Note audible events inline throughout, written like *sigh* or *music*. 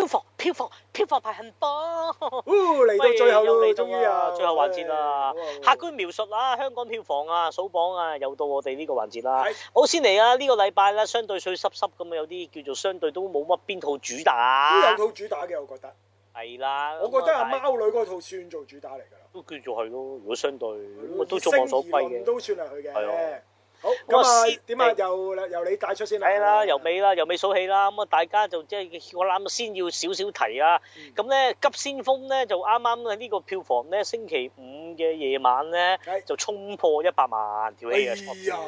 票房票房排行榜。哦嚟到最又後咯，嚟到終於啊，啦最後環節啦喂，客觀描述啦，香港票房啊、數榜啊，又到我哋呢個環節啦係。好先嚟啊！呢個禮拜啦，相對水濕濕咁啊，有啲叫做相對都冇乜邊套主打都有套主打嘅，我覺得。係啦。我覺得咁阿啊但係貓女嗰套算做主打嚟㗎啦。都叫做係咯，如果相對咁咁啊都眾望所歸嘅。都算係佢係啊嘅。好，咁啊咁啊先點啊？嚟由由你帶出先啦。係啦，由尾啦，由尾數起啦，咁啊大家就即係我諗先要少少提啊。嗯咁咧急先鋒咧就啱啱呢個票房咧星期五嘅夜晚咧係就衝破一百萬條哎戲啊，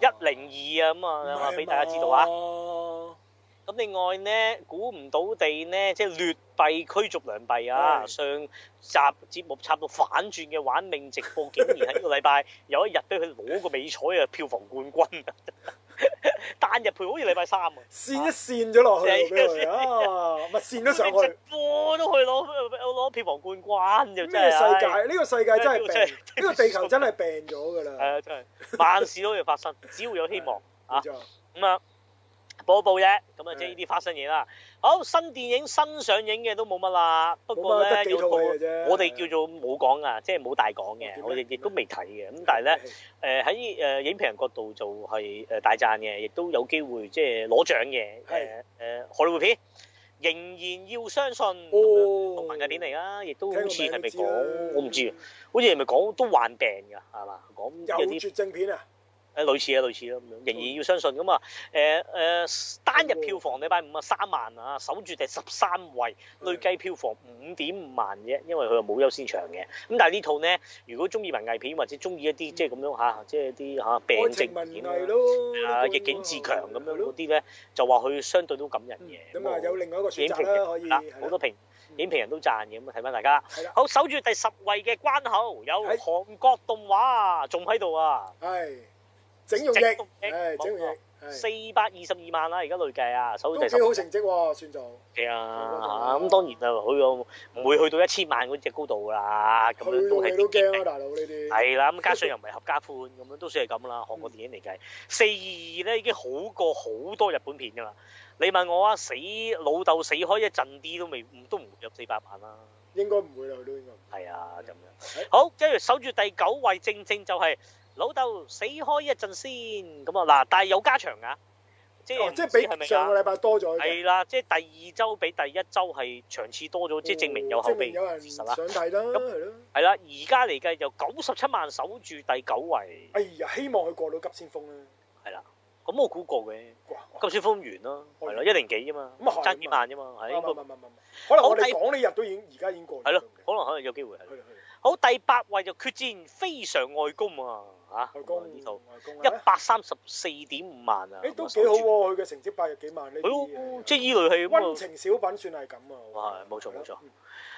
呀，一哎零二啊咁啊，俾大家知道啊。啊！咁另外呢，估唔到地呢，即係劣幣驅逐良幣啊！係上集節目插到反轉嘅玩命直播，竟然喺呢個禮拜 *laughs* 有一日俾佢攞個美彩啊，票房冠軍啊！ *laughs* 單日票好似禮拜三啊，扇一扇咗落去係俾佢啊，咪扇咗上直去。播都去攞攞票房冠軍就真係咩世界？呢個世界真係真係哎病，呢個地球真係病咗㗎唉啦。 *laughs* 係啊，真係萬事都要發生，只要有希望啊冇！錯咁 *laughs* 啊，報一報啫。咁啊，嗯即係呢啲花生嘢啦。好，新電影新上映嘅都冇乜啦。不過冇乜咧，得幾有套套嘅啫哦我哋叫做冇講啊，即係冇大講嘅點，咧我哋亦都未睇嘅。咁但 *laughs* 係咧，誒呃喺誒影評人角度就係誒大讚嘅，亦都有機會即係攞獎嘅。誒係誒荷里活片仍然要相信咁樣，哦，文藝片嚟啦，啊亦都好聽個似係名咪講都知啦？我唔知啊，好似係咪講都患病㗎係嘛？講有有啲。絕症片啊！誒類似啊，類似啦咁樣，仍然要相信咁啊！誒誒、單日票房禮拜五啊三萬啊，守住第十三位，累計票房五點五萬啫，因為佢又冇優先場嘅。咁但係呢套呢，如果中意文藝片或者中意一啲即係咁樣嚇，即係啲嚇病嗯愛症情文片藝啊咯，啊呢個逆境自強咁樣係嗰咯啲呢，就話佢相對都感人嗯嘅。咁啊，有另外一個選影擇評啦，可以人啦啊係好啦多評嗯影評人都讚嘅，咁啊睇翻大家係啦。好守住第十位嘅關口，有係韓國動畫仲喺度啊！係整容液，整容液係整容液，四係百二十二萬啦，而家累計啊，守到都第十幾好成績喎，算做係啊，嗯咁當然啊，佢又唔會去到一千萬嗰只高度啦，咁去樣都到係你都啲驚啊，大佬呢啲係啦，咁加上又唔係合家歡，咁樣都算係咁啦。韓國電影嚟計，四二二咧已經好過好多日本片㗎啦。你問我啊，死老豆死開一陣啲都未，都唔會有四百萬啦。應該唔會啦，佢都應該係啊，咁樣係好，跟住守住第九位，正正就係老豆死開一陣先咁啊嗱，但係有加長㗎，即係哦，即唔知係係咪比啊上個禮拜多咗嘅，係啦，即係第二周比第一周係場次多咗，即係證明有後哦證明備有人事實想啦。睇啦，咁係咯。係啦，而家嚟計就九十七萬守住第九位，哎呀，希望佢過到急先鋒啦。係啦。咁我估過嘅，哇，今次封完啦，係啦，一零幾啫嘛，哦咁啊係爭幾萬啫嘛，係啊唔應唔唔該唔唔，可能我好第哋講呢日都已經而家已經過咗。係咯，可能可能有機會係係。啦，好，第八位就決戰非常外公啊，嚇咁外啊公呢套外公一啊，百三十四點五萬啊，誒都守幾好住。喎，佢嘅成績八十幾萬呢係啲咯，嘢，即係依類戲温咁啊。情小品算係咁啊。哇冇錯係咯冇錯嗯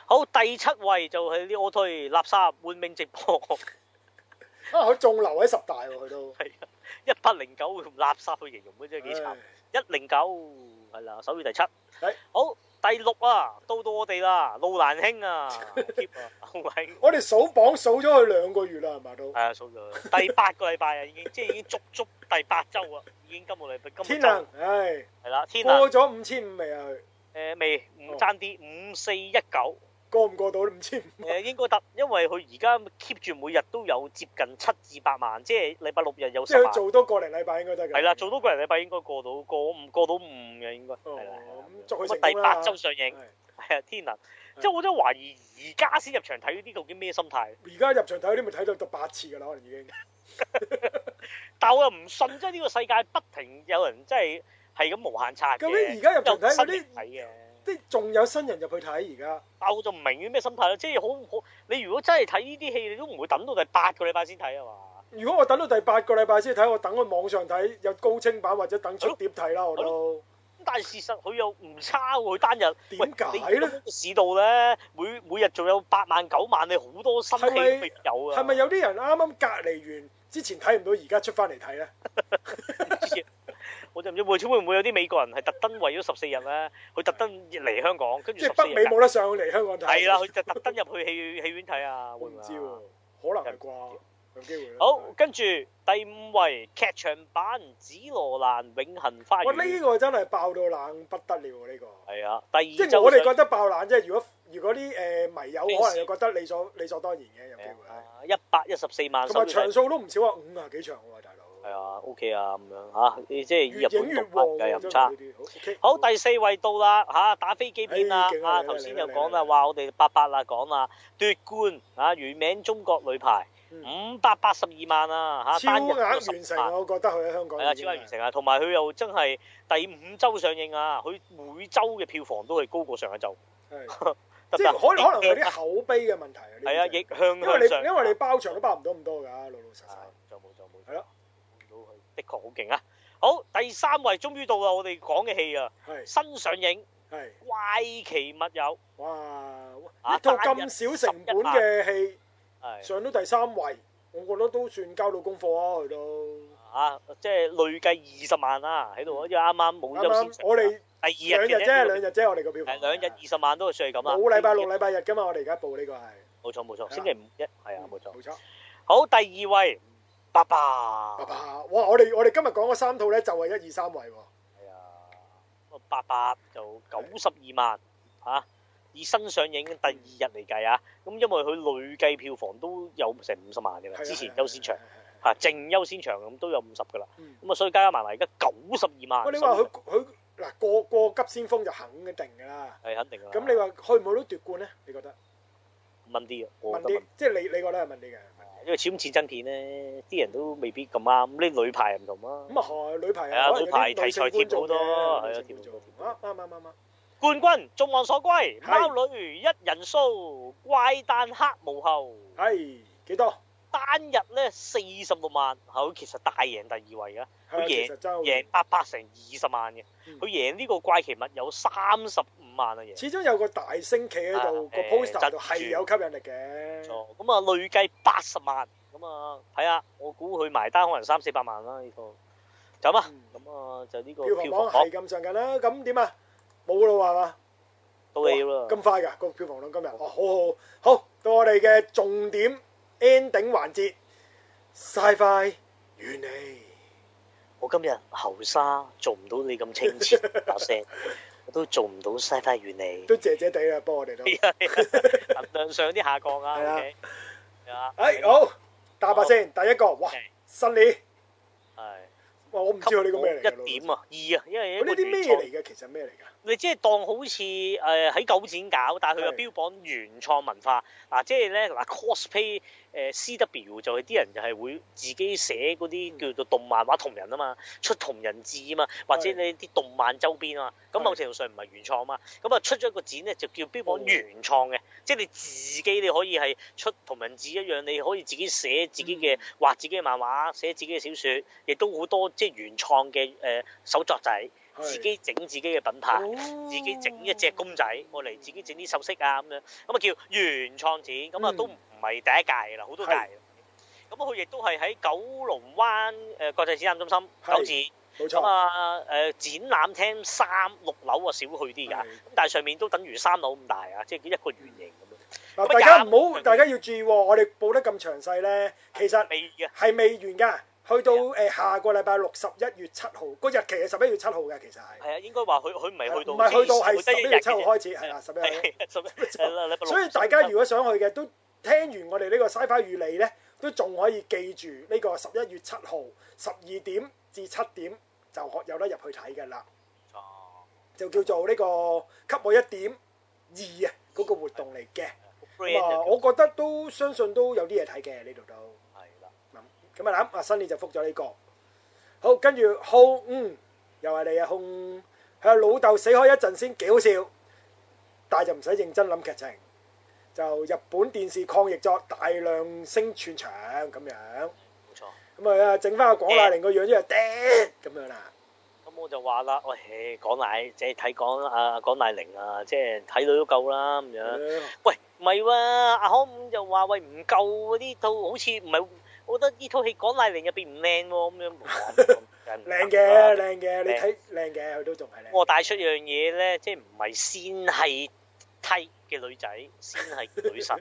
好，第七位就係啲我推垃圾換命直播。 *laughs* 啊，佢仲留喺十大喎，佢都。係啊，一百零九用垃圾去形容嘅真係幾慘唉。一零九係啦，首語第七。係好，第六啊，到到我哋啦，路蘭兄 *laughs* 啊，keep 啊，路蘭兄。我哋數榜數咗佢兩個月啦，係咪都係？啊，數咗第八個禮拜啊，已經即係已經足足第八周啊，已經今個禮拜今天個能周，唉，係啦，天能過咗五千五未啊？佢誒未唔哦爭啲五四一九過唔過到五千五？誒應該得，因為佢而家 keep 住每日都有接近七至八萬，即係禮拜六日有即十係佢萬。做多個零禮拜應該得㗎。係啦，做到個人禮拜應該過到過五過到五嘅應該哦係啦。係啦咁祝佢咁成啊第功啦八周上映。係係啊，天能，係即係我都懷疑而家先入場睇呢啲究竟咩心態？而家入場睇嗰啲咪睇到到八次㗎啦，可能已經。嗯但我又唔信，即係呢個世界不停有人即係係咁無限刷嘅。究竟而家入場睇有嗰啲新人睇嘅，即係仲有新人入去睇而家，但我就唔明呢咩心態啦。即係好好，你如果真係睇呢啲戲，你都唔會等到第八個禮拜先睇啊嘛。如果我等到第八個禮拜先睇，我等佢網上睇有高清版或者等出碟睇啦，我都咁但係事實佢又唔差喎，佢單日點解喂你根呢本個市道咧，每每日仲有八萬九萬，你好多新戲都係咪未有啊。係咪有啲人啱啱隔離完之前睇唔到，而家出翻嚟睇咧？我就唔知會會唔會有啲美國人係特登為咗十四日咧，佢特登嚟香港，跟住即十係四北美日冇得上嚟香港睇。係啦，佢就特登入去戲戲院睇啊，會我唔唔會啊知喎，可能係啩？有機會啦。好，跟住第五位劇場版《紫羅蘭永恆花哇！園》呢個真係爆到冷不得了喎！呢個係啊，第即二係周我哋上覺得爆冷啫。如果如果啲誒迷友可能 Fans 又覺得理所理所當然嘅，有機會係。啊一百一十四萬同收埋視場率，數都唔少啊，五啊幾場喎，大係佬。啊，OK 啊，咁樣嚇，你即係以越日影本越獨旺拍嘅又喎，唔真差係呢。啲。好，OK，好，第四位到啦嚇、打飛機片啦哎勁啊啊！嚟啦頭先嚟又啦講嚟啦啦，話我哋八八啦講啦，奪冠啊，原名中國女排五百八十二萬啊嚇，嗯超單日都額十完萬成，我覺得佢喺香港係啊，超已經級完成啊！同埋佢又真係第五周上映啊，佢每周嘅票房都係高過上一周，係得唔即得係可可能有啲口碑嘅問題啊。呢啲係啊，就係逆向因為向你上。因為你包場都包唔到咁多㗎，老老實實啊。就冇就冇。係咯，到佢的確好勁啊！好，第三位終於到啦，我哋講嘅戲啊，係新上映《係。怪奇物友哇！啊一套單咁日少成本11萬嘅戲。》係上到第三位，我覺得都算交到功課啊！佢都啊，即係累計二十萬啦喺度，因為啱啱冇嗯啱優先啱上我哋啊第二日兩嘅日啫，啫，兩日啫，我哋個票係房兩日二十萬都係算係咁啦。冇禮拜六、禮拜日㗎嘛，我哋而家報呢個係冇錯冇係錯，啦星期五一係啊冇錯。冇錯。好，第二位，爸爸爸。爸，哇！我哋我哋今日講嗰三套咧，就係一二三位喎，係啊，個八八就九十二萬啊，以新上映第二日嚟計啊，咁因為佢累計票房都有成五十萬嘅啦，係啊之前優先場係啊係啊係啊嚇淨優先場咁都有五十噶啦，嗯咁啊所以加加埋埋而家九十二萬，喂，你話佢佢嗱過過急先鋒就肯定㗎啦。係肯定啦，咁你話去唔去到奪冠咧？你覺得問啲啊，我問覺得問啲，即係你你覺得係問啲嘅。因為始終戰爭片咧，啲人都未必咁啱，咁你女排唔同啊。咁啊，係女排係啊可能有啲女排題材女性觀貼好眾多嘅女係啊性觀眾貼好啱啱啱啱。冠軍眾望所歸，係貓女一人 show，怪誕黑幕後。係幾多？單日咧四十六萬，佢其實大贏第二位嘅，係啊，佢贏其實爭好遠贏八百成二十萬嘅，嗯佢贏呢個怪奇物有三十五萬啊贏，始終有個大星企喺度，啊個誒 poster 度窒係住有吸引力嘅。錯咁啊累計八十萬，咁啊睇下我估佢埋單可能三四百萬啦呢套，咁啊嗯咁啊就呢個票票房房榜榜係咁上緊啦，咁點啊？冇咯喎係嘛？到你啦，咁快㗎個票房量今日，哦好好好，到我哋嘅重點 ending 環節，Sci-Fi 與你 *laughs* 我今日後生做唔到你咁清 *laughs* 澈把聲，我都做唔到西太原理， *laughs* 都謝謝地啦，幫我哋都。能量上啲下降啊係啊，OK，係啊，誒好，答下先，第一個，哇 OK，新年，係。哇我唔知佢呢個咩嚟㗎，老一實點啊，二啊，因為一個講呢啲咩原創嚟嘅？其實咩嚟㗎？你即係當好似誒喺九展搞，但係佢又係標榜原創文化嗱、即係咧嗱 cosplay 誒、CW 就係啲人就係會自己寫嗰嗯啲叫做動漫畫同人啊嘛，出同人誌啊嘛，或者係你啲動漫周邊啊嘛，咁係某程度上唔係原創啊嘛，咁啊出咗一個展咧就叫標榜原創嘅，即係你自己你可以係出同人誌一樣，你可以自己寫自嗯己嘅畫自己嘅漫畫，寫自己嘅小説，亦都好多即係原創嘅誒、呃手作仔，係哦自己整自己嘅品牌。自己整一隻公仔，我嚟自己整啲首飾啊咁樣，咁啊叫原創展，咁啊嗯都唔係第一屆㗎啦，好多屆㗎啦。咁佢亦都係喺九龍灣誒國際展覽中心係九展，冇咁錯，啊誒展覽廳三六樓啊少去啲㗎，係咁但係上面都等於三樓咁大啊，即係一個圓形咁咁嗱，啊大家廿唔好，大家要注意喎，我哋報得咁詳細咧，其實樣，未啊嘅係未完㗎，去到誒啊下個禮拜六十一月七號，個日期係十一月七號嘅，其實係，係啊，應該話佢佢唔係去到，唔係去到係只得一十一日月嘅七號啫開始，係啦，十 *laughs* 一係啊日。十一係啦，禮拜六 *laughs* 所以大家如果想去嘅，都聽完我哋呢個 Sci-Fi 與你咧，都仲可以記住呢個十一月七號十二點至七點就可有得入去睇㗎啦，哦就叫做呢個給我一點二啊嗰個活動嚟嘅。咁 friend 啊，啊我覺得都相信都有啲嘢睇嘅呢度都。係啦，咁啊，諗啊，新年就覆咗呢個。好，跟住控嗯，又係你啊，控佢話老豆死開一陣先，幾好笑，但係就唔使認真諗劇情。就日本電視抗疫作大量升串場咁樣，冇錯。咁啊整翻個廣瀨玲個樣一係嗲咁樣啦，咁我就話啦，喂，講奶即係睇講啊講奶玲啊，即係睇到都夠啦咁嗯樣。喂，唔係喎，阿康五就話喂唔夠喎，呢套好似唔係，我覺得呢套戲講奶玲入邊唔靚喎咁樣。 *laughs* 靚嘅。靚嘅，你睇靚嘅佢都仲係靚，我帶出一樣嘢咧，即係唔係先係 *laughs* 梯嘅女仔，先係女神，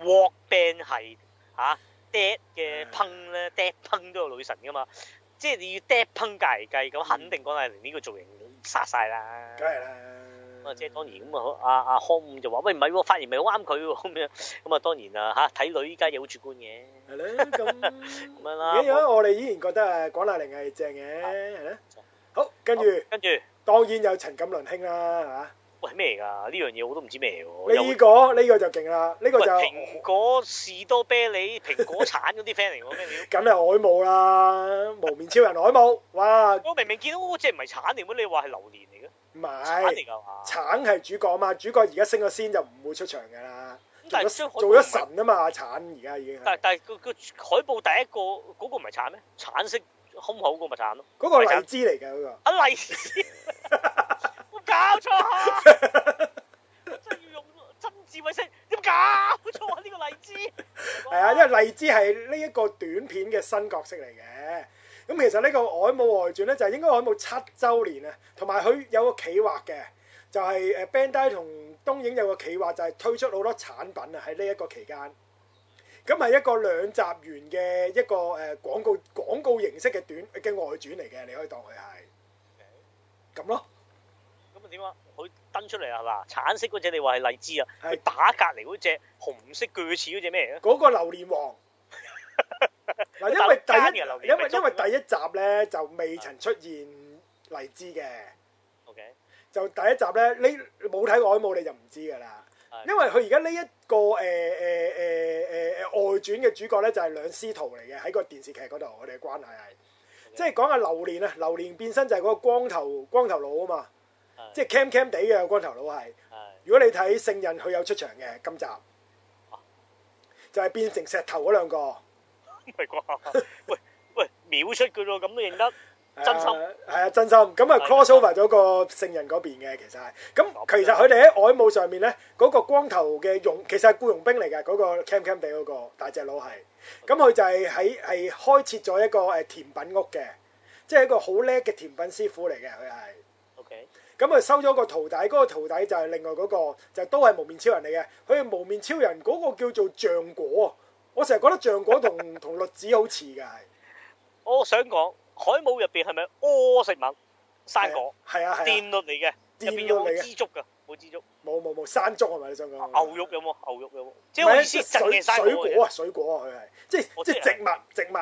鑊病係嚇啊 dead 嗯嘅烹咧，dead 烹都有女神噶嘛，即係你要 dead 烹隔嚟計，咁肯定講係連呢個造型殺晒啦。梗係啦。咁啊，即係當然咁啊，阿阿康五就話：喂，唔係喎，髮型咪好啱佢喎，咁樣 *laughs* 咁啊，當然啦嚇，睇女依家嘢好主觀嘅，係啦，咁咁樣而啦。家我哋依然覺得啊，廣大玲係正嘅，係啦。好，跟住跟住，當然有陳錦麟兄啦，係嘛？喂咩嚟㗎？呢樣嘢我都唔知咩嚟喎。呢個呢個就勁啦，呢個喂就蘋果士多啤梨、蘋果橙嗰啲 friend 嚟喎咩料？梗係海姆啦，無面超人海姆，哇！我明明見到嗰隻唔係橙嚟喎，你話係榴蓮嚟嘅？唔橙係嚟㗎嘛？橙係主角啊嘛，主角而家升咗仙就唔會出場㗎啦，咁做但係張咗海報做唔咗係神啊嘛，橙而家已經係但但係個個海報第一個嗰、個唔係橙咩？橙色胸口嗰個咪橙咯。嗰個荔枝嚟嘅嗰個，啊麗絲， *laughs* 我搞錯啊！真要用曾志偉聲，點搞錯啊？呢、個荔枝係啊，因為荔枝係呢一個短片嘅新角色嚟嘅。咁其實呢個《海姆外傳》咧就係應該海姆七週年啊，同埋佢有個企劃嘅，就係誒 Bandai 同東映有個企劃就係推出好多產品啊喺呢一個期間。咁係一個兩集完嘅一個誒廣告廣告形式嘅短嘅外傳嚟嘅，你可以當佢係咁咯。咁啊點啊？佢登出嚟啊嗱，橙色嗰只你話係荔枝啊，係佢打隔離嗰只紅色鋸齒嗰只咩嚟啊？嗰個榴蓮 *laughs* 王。嗱，因為但係單嘅榴第一，槤因咪為中因為第一集咧就未曾出現荔枝嘅， OK，就第一集咧，你冇睇過海姆你就唔知㗎啦。係因為佢而家呢一個誒誒誒誒誒外傳嘅主角咧就係兩師徒嚟嘅，喺個電視劇嗰度我哋嘅關係係，即係講下榴蓮啊，榴蓮變身就係嗰個光頭光頭佬啊嘛，即係係 cam cam 地嘅光頭佬係。係如果你睇聖人，佢有出場嘅今集，就係變成石頭嗰兩個。唔係 *laughs* 啩？喂喂，秒出佢咯，咁都認得。真心係啊，真心咁啊係，crossover 咗個聖人嗰邊嘅，其實係咁。其實佢哋喺外母上面咧，嗰個光頭嘅傭其實係僱傭兵嚟嘅，嗰個 cam cam 地嗰個大隻佬係。咁佢就係喺係開設咗一個誒甜品屋嘅，即係一個好叻嘅甜品師傅嚟嘅，佢係。 OK，咁佢收咗個徒弟，嗰、個徒弟就係另外嗰、個，就都係無面超人嚟嘅。佢係無面超人嗰個叫做橡果啊，我成日覺得橡果同同栗子好似㗎，係我想講海姆入邊係咪柯食物生果？係啊係啊，電律嚟嘅，入邊有電律嚟冇嘅枝竹㗎？冇枝竹，冇冇冇山竹係咪你想講？啊牛肉有冇？牛肉有冇？即即係我意思，淨水係生水果嘅啫果啊，水果啊，佢係即係我即知係啊植物植物，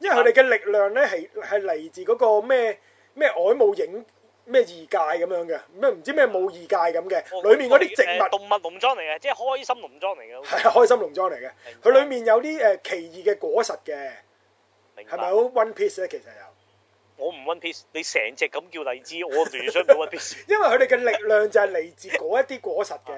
因為佢哋嘅力量咧係係嚟自嗰個咩咩海姆影咩異界咁樣嘅，咩唔知咩冇異界咁嘅，我裡面嗰啲植誒物動物農莊嚟嘅，即係開心農莊嚟嘅。係開心農莊嚟嘅，佢裡面有啲誒奇異嘅果實嘅。明係咪白好 One Piece 咧？其實有，我唔 One Piece，你成隻咁叫荔枝，我聯想唔到 One *laughs* Piece。因為佢哋嘅力量就係嚟自嗰一啲果實嘅。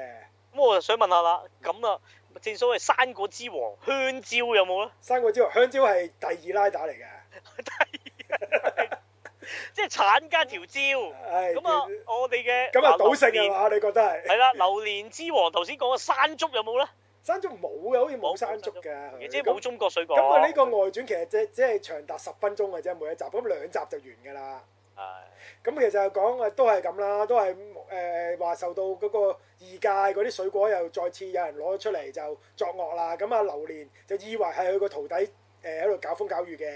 咁我就想問下啦，咁啊，正所謂生果之王香蕉有冇咧？ *laughs* 生果之王香蕉係第二拉打嚟嘅，即係橙加條蕉。唉，咁啊，我哋嘅咁啊嗱賭性榴啊蓮嘛？你覺得係？係啦，榴蓮之王頭先講嘅山竹有冇咧？山竹冇嘅，好似冇冇山竹嘅亦佢，即係冇中國水果。咁佢呢個外傳其實只只係長達十分鐘嘅啫，每一集咁兩集就完㗎啦。係咁其實講啊，都係咁啦，都係嗯誒話受到嗰個異界嗰啲水果又再次有人攞咗出嚟就作惡啦。咁啊，榴蓮就以為係佢個徒弟誒喺度搞風搞雨嘅，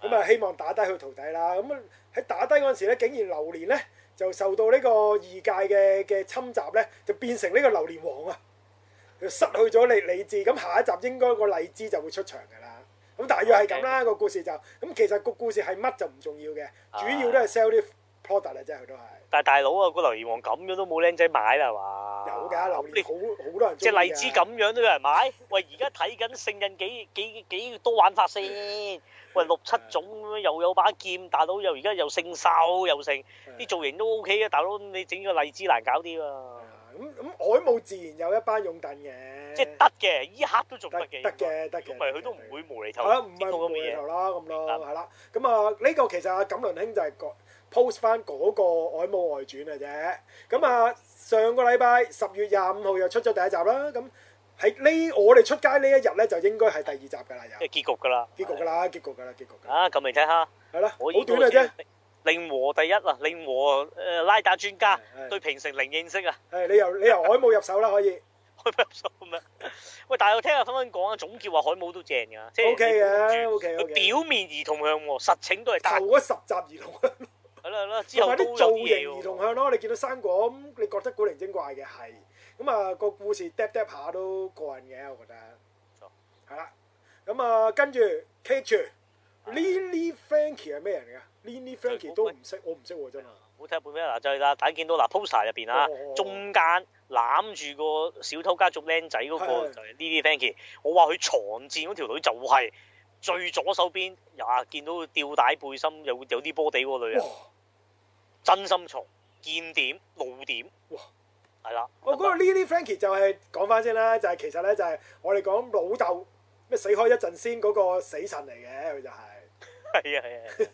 咁啊希望打低佢徒弟啦。咁啊喺打低嗰陣時咧，竟然榴蓮咧就受到呢個異界嘅嘅侵襲咧，就變成呢個榴蓮王啊，就失去咗理理智。咁下一集應該個荔枝就會出場㗎啦。咁大約係咁啦，個故事就咁。其實個故事係乜就唔重要嘅，主要都係 sell 啲 product 啊，真係佢都係但係大佬啊，個榴蓮王咁樣都冇僆仔買啦係嘛？有㗎，榴你蓮好好多人中意㗎。隻荔枝咁樣都有人買？喂，而家睇緊聖印幾幾幾多玩法先？喂，六七種咁樣又有把劍，大佬又而家又聖獸又剩，啲造型都 O K 啊，大佬你整個荔枝難搞啲啊喎。咁咁，海姆自然有一班擁躉嘅，即係得嘅，依刻都仲得得嘅，得嘅得嘅，咁咪佢都唔會無厘頭係啦，唔整係到冇咁厘嘅頭嘢。啦咁咯，明係啦。咁啊，呢個其實阿錦麟兄就係個 post 翻嗰個《海姆外傳》嘅啫。咁啊，上個禮拜十月廿五號又出咗第一集啦。咁喺呢我哋出街呢一日咧，就應該係第二集㗎啦，即又係結局㗎啦，結局㗎啦，結局㗎啦，結局㗎啦，啊，咁嚟睇下，係啦，我好短嘅啫。。令和第一啊，令和誒拉打專家係係對平成零認識啊。誒，你由你由海姆入手啦，可以。開不入數咁樣。 *laughs* 喂，但係我聽阿芬芬講啊，總結話海姆都正㗎，即係 OK 嘅你，OK 佢 OK。表面兒童向喎，實情都係頭單。嗰十集兒童向，係啦係啦，之同後埋都啲有造啲型嘢兒童喎。向咯。你見到生果咁，你覺得古靈精怪嘅係咁啊，個故事 d e p d e p 下都過癮嘅，我覺得錯。係啦，咁啊，跟住 keep 住 Lily Frankie 係咩人嚟噶？Lily Frankie 都唔識，我唔識喎，真係。好睇下本咩嗱，就係啦，大家見到嗱 poster 入邊啊哦，中間攬住個小偷家族僆仔嗰個係就係 Lily Frankie，我話佢藏戰嗰條女就係最左手邊，又啊見到佢吊帶背心有有啲波地嗰個女啊，哇！真心藏見點露點，哇！ *laughs* 係啊啦，我嗰個 Lily Frankie 就係講翻先啦，就係、其實咧就係、我哋講老豆咩死開一陣先嗰個死神嚟嘅，佢就係係啊係啊係啊，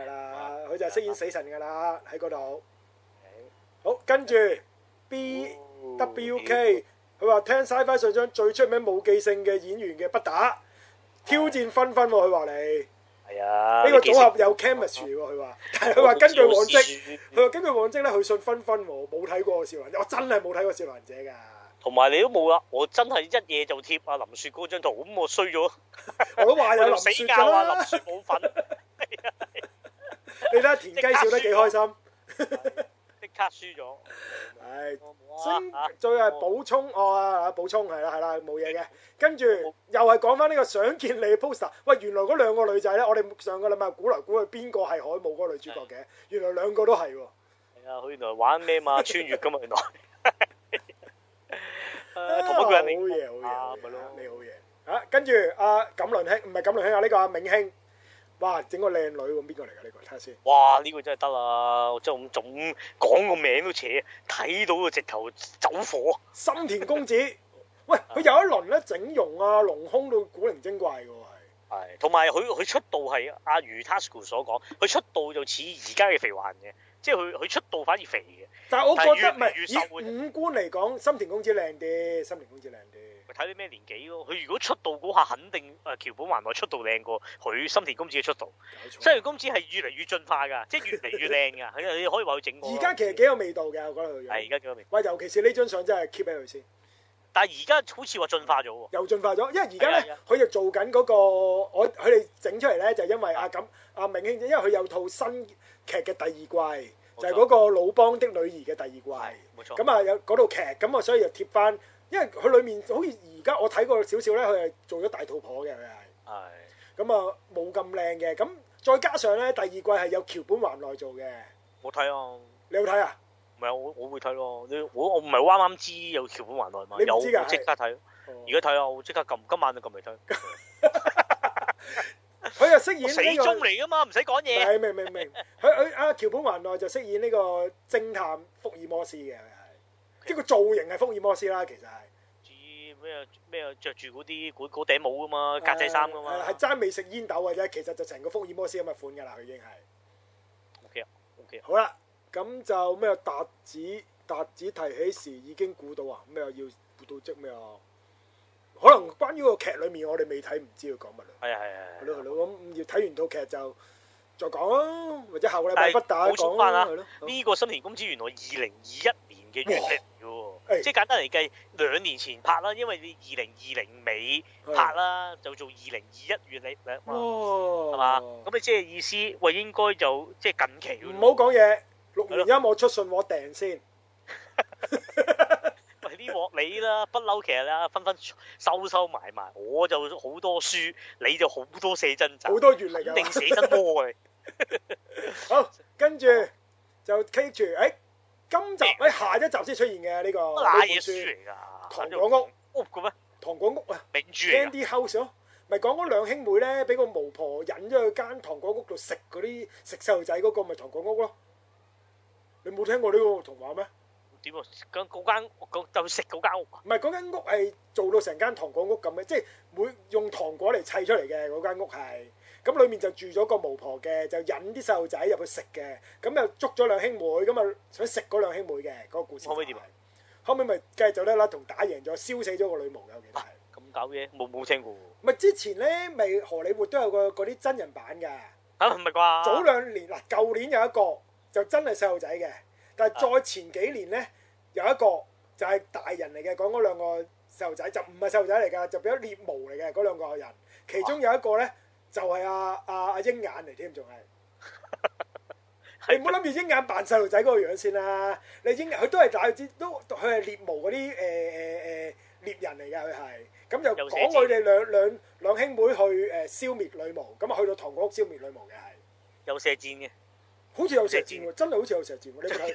係啦啊，佢就係飾演死神㗎啦喺嗰度。好，跟住 B W K 佢話聽 Sci-Fi 上張最出名冇記性嘅演員嘅不打挑戰紛紛喎，佢話你係啊，呢個組合有 chemistry 喎，佢話， *laughs* 但係佢話根據往績，佢話根據往績咧，佢信紛紛喎，冇睇過少林者，我真係冇睇過少林者㗎。同埋你都冇啦，我真係一夜就貼阿林雪嗰張圖，咁我衰 *laughs* 咗，我都話有林死雪教㗎啊，林啦，雪冇份。 *laughs* 你睇下田雞笑得幾開心。即刻輸咗。 *laughs* 唉，星星啊最係補充我啊，補充係啦係啦，冇嘢嘅。跟住又係講翻呢個想見你 poster。喂，原來嗰兩個女仔咧，我哋上個禮拜估嚟估去邊個係海姆嗰個女主角嘅，原來兩個都係喎。係啊，佢原來玩咩 *laughs* 嘛？穿越噶嘛，原來。誒，同一個啊人嚟。好嘢哎好嘢好啊嘢，咪咯你好嘢。啊，跟住阿錦麟兄，唔係錦麟兄啊，呢個阿銘兄，哇，整個靚女喎，邊個嚟㗎呢個？睇下先。哇！呢個真係得啦，我真係咁總講個名都扯，睇到個直頭走火。心田公子，喂，佢有一輪咧整容啊，隆胸到古靈精怪嘅喎，係。係，同埋佢佢出道係阿余 Tasco 所講，佢出道就似而家嘅肥環嘅，即係佢佢出道反而肥嘅。但係我覺得但係唔越嚟越瘦係嘅以五官嚟講，心田公子靚啲，心田公子靚啲。咪睇你咩年紀咯。佢如果出道嗰下，肯定誒橋本環奈出道靚過佢心田公子嘅出道。搞錯西田公子係越嚟越進化㗎，即係越嚟越靚㗎。佢你可以話佢整過而咯。家其實幾有味道嘅，我覺得佢係而樣。家幾多名？喂，尤其是呢張相真係 keep 喺佢先，但係而家好似話進化咗喎。又進化咗。因為而家係咧啊，佢就做緊嗰個我佢哋整出嚟咧，就因為啊阿咁阿明興，因為佢有套新劇嘅第二季，錯就係嗰個《老邦的女兒》嘅第二係季。冇錯。咁啊有嗰套劇，咁啊所以就貼翻，因為佢裡面好似而家我睇過少少咧，佢係做咗大肚婆嘅佢係。係咁啊冇咁靚嘅，咁再加上咧第二季係有橋本環奈做嘅，冇睇啊，你有睇啊？唔係我我會睇咯。你我我唔係啱啱知有橋本環奈嘛？你唔有我知㗎即刻睇，而家睇啊！我即刻撳，今晚就撳嚟睇。佢又飾我死演呢、忠個，嚟㗎嘛，唔使講嘢。係明明明，佢佢啊橋本環奈就飾演呢個偵探福爾摩斯嘅，佢係即係個造型係福爾摩斯啦，其實係知咩啊咩着住嗰啲嗰嗰頂帽㗎嘛，格仔衫㗎係啦嘛。係爭未食煙斗嘅啫，其實就成個福爾摩斯咁嘅款㗎啦，佢已經係。 O K 啊，O K 啊。好啦，咁就咩達子達子提起時已經估到啊，咩啊要估到即咩啊？可能關於個劇裡面我哋未睇，唔知佢講乜啦。係啊係啊係係咯係啊。咯，咁要睇完套劇就再講啦，或者下個禮但拜係不打補充講翻啦，啊係咯。呢個新田公子原來二零二一年嘅月嚟㗎哎喎，即係簡單嚟計，兩年前拍啦，因為你二零二零尾係拍啦，就做二零二一月嚟 Ờ. 啦嘛。哦，係嘛？咁你即係意思，喂，應該就即係近期唔㗎好咯講嘢，錄完音我出信我訂先。喂呢鑊你啦，不嬲其實啦，分分收收埋埋，我就好多書，你就好多寫真集，好多閱歷肯啊定寫真多啊！好，跟住就 keep 住，誒，今集誒下一集先出現嘅呢個呢嗱本嘢書書《嚟㗎，唐果屋啊屋嘅咩？糖果屋》啊。名著嚟㗎 Candy House 咯，咪講嗰兩兄妹咧，俾個巫婆引咗去間糖果屋度食嗰啲食細路仔嗰個咪糖果屋咯。你冇聽過呢個童話咩？點啊？咁嗰間嗰就食嗰間屋啊？唔係嗰間屋係做到成間糖果屋咁嘅，即係每用糖果嚟砌出嚟嘅嗰間屋係。咁裡面就住咗個巫婆嘅，就引啲細路仔入去食嘅。咁又捉咗兩兄妹，咁啊想食嗰兩兄妹嘅嗰、個故事就係。後尾點啊後尾咪繼續走得啦，同打贏咗，燒死咗個女巫嘅，我記得係。咁搞嘢，冇冇聽過喎？咪之前咧，咪荷里活都有個嗰啲真人版㗎。啊，唔係啩？早兩年嗱，舊年有一個就真係細路仔嘅，但係再前幾年咧有一個就係大人嚟嘅，講嗰兩個細路仔就唔係細路仔嚟㗎，就變咗獵巫嚟嘅嗰兩個人。其中有一個咧就係阿阿阿鷹眼嚟添，仲 *laughs* 係你唔好諗住鷹眼扮細路仔嗰個樣先啦。你鷹眼佢都係大隻，都佢係獵巫嗰啲誒誒誒獵人嚟㗎，佢係。咁就有講寫字佢哋兩兩兩兄妹去誒消滅女巫，咁啊去到唐果屋消滅女巫嘅係。有射箭嘅，好似有射箭喎，真係好似有射箭喎，你睇，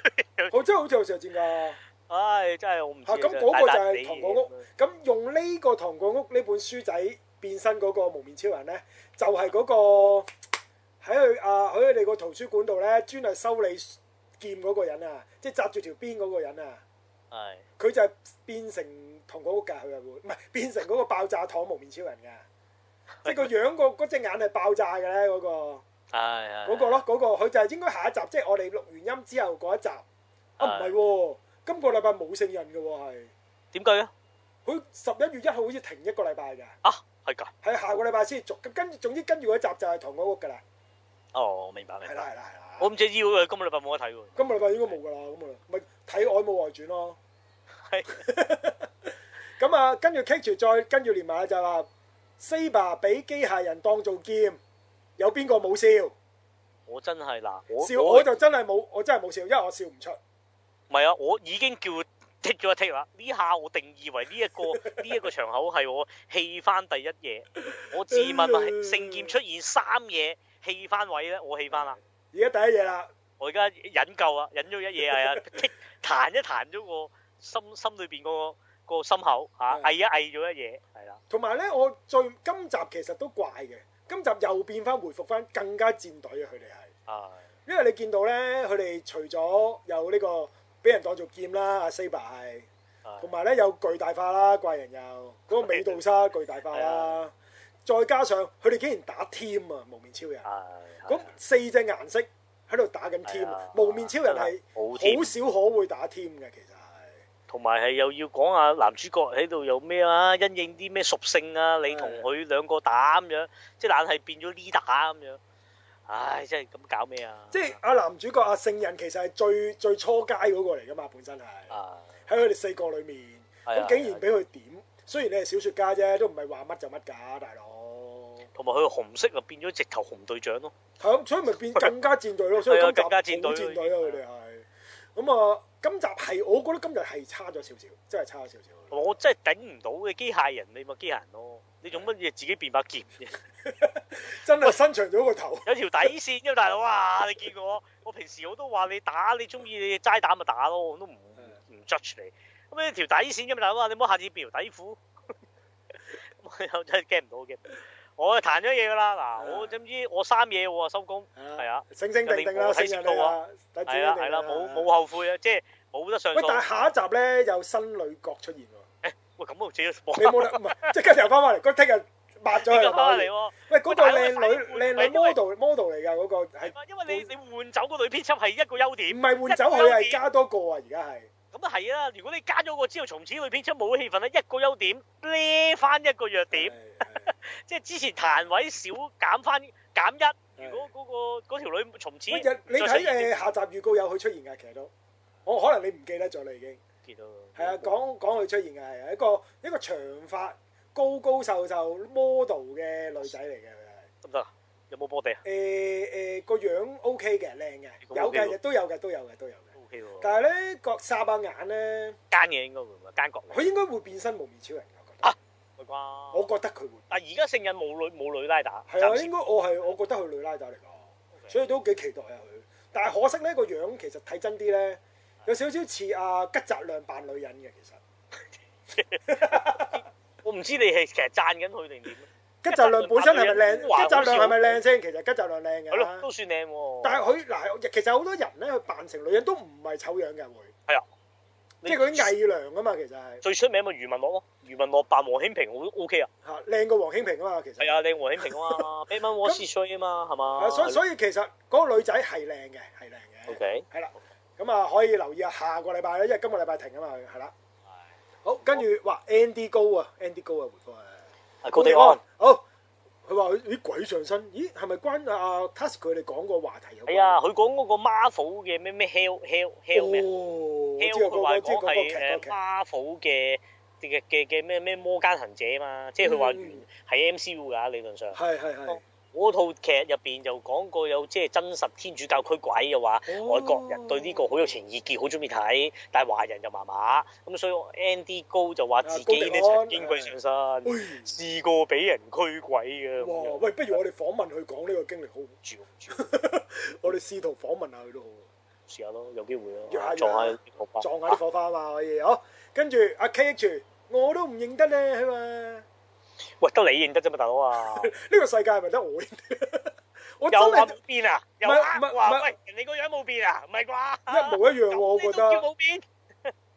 我真係好似有射箭㗎。唉，真係我唔知嚇，啊。咁真嗰個就大笪地係唐果屋。咁用呢個唐果屋呢本書仔變身嗰個無面超人咧，就係、嗰、個喺佢啊喺佢哋個圖書館度咧，專係修理劍嗰個人啊，即係紮住條邊嗰個人啊，係佢就係變成唐果屋㗎，佢係會唔係 *laughs* 變成嗰個爆炸糖無面超人㗎，即係個樣個嗰隻眼係爆炸嘅咧嗰個。係係嗰個咯，嗰、個佢就係應該下一集，即係我哋錄完音之後嗰一集。啊，唔係喎，今個禮拜冇聖人嘅喎，係點解啊？佢十一月一號好似停一個禮拜㗎，啊，係㗎。係下個禮拜先續。咁跟住總之跟住嗰集就係唐果屋㗎啦，哦，明白明白。係啦係啦係啦。我唔知要啊，今個禮拜冇得睇喎。今個禮拜應該冇㗎啦，咁啊，咪睇《愛慕外傳》咯。 *laughs* 係咁啊，跟住 Kate 再跟住連埋就係話 Saber 俾機械人當做劍，有邊個冇笑？我真係嗱，我笑我就真係冇，我真係冇笑，因為我笑唔出。唔係啊，我已經叫剔咗一剔啦。呢下我定義為呢、一 *laughs* 個呢一個場口係我棄翻第一嘢。我哎自問啊，聖劍出現三嘢棄翻位咧，我棄翻啦。而家第一嘢啦，我而家忍夠啊，忍咗一嘢 *laughs* 係啊，剔彈一彈咗個心心裏邊嗰個個心口嚇，係翳一翳咗一嘢，係啦，同埋咧，我最今集其實都怪嘅，今集又變翻回復翻更加戰隊啊！佢哋係。啊因為你見到咧，佢哋除咗有呢個俾人當做劍啦，阿 Saber 係，啊同埋咧有巨大化啦，怪人又嗰、個美杜莎巨大化啊啦，再加上佢哋竟然打 team 啊，無面超人，啊，咁四隻顏色喺度打緊 team 係啊啊，無面超人係好添好，少可會打 team 嘅，其實係同埋係又要講下男主角喺度有咩啊，因應啲咩屬性啊，你同佢兩個打咁樣，即係硬係變咗 leader 咁樣，唉，真係咁搞咩啊？即係阿男主角阿聖人其實係最最初階嗰個嚟噶嘛，本身係啊，喺佢哋四個裡面，係啊咁竟然俾佢點，雖然你係小説家啫，都唔係話乜就乜㗎，大佬。同埋佢紅色啊，變咗直頭紅隊長咯，係咁，所以咪 *laughs* 變更加戰隊咯。所以今集係啊更加戰隊好戰隊咯，佢哋係咁啊。今集係我覺得今日係差咗少少，真係差咗少少。我真係頂唔到嘅機械人，你咪機械人咯，你做乜嘢自己變把劍啫？真係伸長咗個頭，有條底線嘅大佬啊！你見我，我平時我都話你打，你中意你齋打咪打咯，我都唔唔 judge 你。咁你條底線嘅大佬啊，你唔好下次變條底褲。我又真係驚唔到嘅，我就彈咗嘢㗎啦。啊嗱，我點知我三嘢我啊收工，係啊，，醒醒定定啦，有醒啲人冇睇哋啦，睇係啊啦係啦，冇冇。後悔啊，即係冇得上喂，但係訴。下一集咧有新女角出現喎，喂，咁我自己你冇得唔係即刻又翻返嚟，嗰聽日抹咗佢你咁啦翻嚟打完喎。喂，嗰個喂靚大佬女你靚快女啲喂 model model 嚟㗎嗰個係因為你你換走個女編輯係一個優點唔，係換走佢係加多個啊？而家係咁啊係啦。如果你加咗個之後，從此女編輯冇氣氛咧，一個優點孭翻一個弱點。係係即係之前彈位少減翻減一，係如果嗰、個嗰條女從此喂，日你睇再上誒下集預告有佢出現㗎，其實都我可能你唔記得咗啦已經。見到係啊，講講佢出現嘅係啊一個一個長髮、高高瘦瘦 model 嘅女仔嚟嘅佢得唔得啊？有冇波地啊係。誒誒個樣 OK 嘅，靚嘅，咁有 OK 喎哦嘅，亦都有嘅，都有嘅，都有嘅。 ？O K 喎，但係咧，個霎下眼咧，奸嘢應該會唔會奸角嚟佢應該會變身無面超人嘅，我覺得。啊㗎啩？我覺得佢會。但而家聖人冇女冇女拉打，係啊，暫時應該我係我覺得佢女拉打嚟㗎，所以都幾期待啊佢。但係可惜咧個樣其實睇真啲咧，有少少似阿吉澤亮扮女人嘅其實。哦我唔知你係其實讚緊佢定點咧？吉澤亮本身係咪靚？哇吉澤亮係咪靚先？其實吉澤亮靚係咯，都嘅。算靚喎。但係佢嗱，其實好多人咧，佢扮成女人都唔係醜樣嘅，會係啊，你即係佢啲偽娘啊嘛，其實係最出名咪余文樂咯，余文樂扮黃興平我都 O K 啊，嚇靚過黃興平啊嘛，其實係啊，靚黃興平啊 *laughs* 嘛，Batman w a t 啊嘛，係係啊嘛？所以所以其實嗰個女仔係靚嘅，係靚 O 嘅， K，係啦。咁啊，可以留意下下個禮拜咧，因為今個禮拜停啊嘛，係啦。好，跟住哇，Andy 高啊，Andy 高啊，回覆啊，高地安。好。佢話：咦鬼上身，咦係咪關阿 Tusk 佢哋講個話題有關？哎係啊，佢講嗰個 Marvel 嘅咩咩 Hell Hell Hell 咩啊？哦，我 Hell 知道佢話嗰個知道講嗰個劇係嗰個誒劇， Marvel 嘅嘅嘅嘅咩咩摩間行者啊嘛，即係佢話嗯原係 MCU 㗎理論上。係係係。嗰套劇入邊就講過有即係真實天主教驅鬼，又話哦外國人對呢個好有情意結，好中意睇，但係華人就麻麻。咁所以 Andy 高就話自己啊高咧迪安曾經佢上身，哎試過俾人驅鬼嘅。咁哇！樣喂，不如我哋訪問佢講呢個經歷好唔好，住住我哋試圖訪問下佢都好。試下咯， *laughs* 有機會約咯，下約撞下下啲學霸啊撞下啲火花嘛可以，好。跟住阿 KH，我都唔認得 *laughs* 咧，佢嘛？喂，得你認得啫嘛，大佬 *laughs* 啊！呢個世界係咪得我認得？我又真話係冇變啊？又唔係呃唔係唔話係喂，人哋個樣冇變啊？唔係啩？一模一樣喎，我咁你都覺叫得。冇變？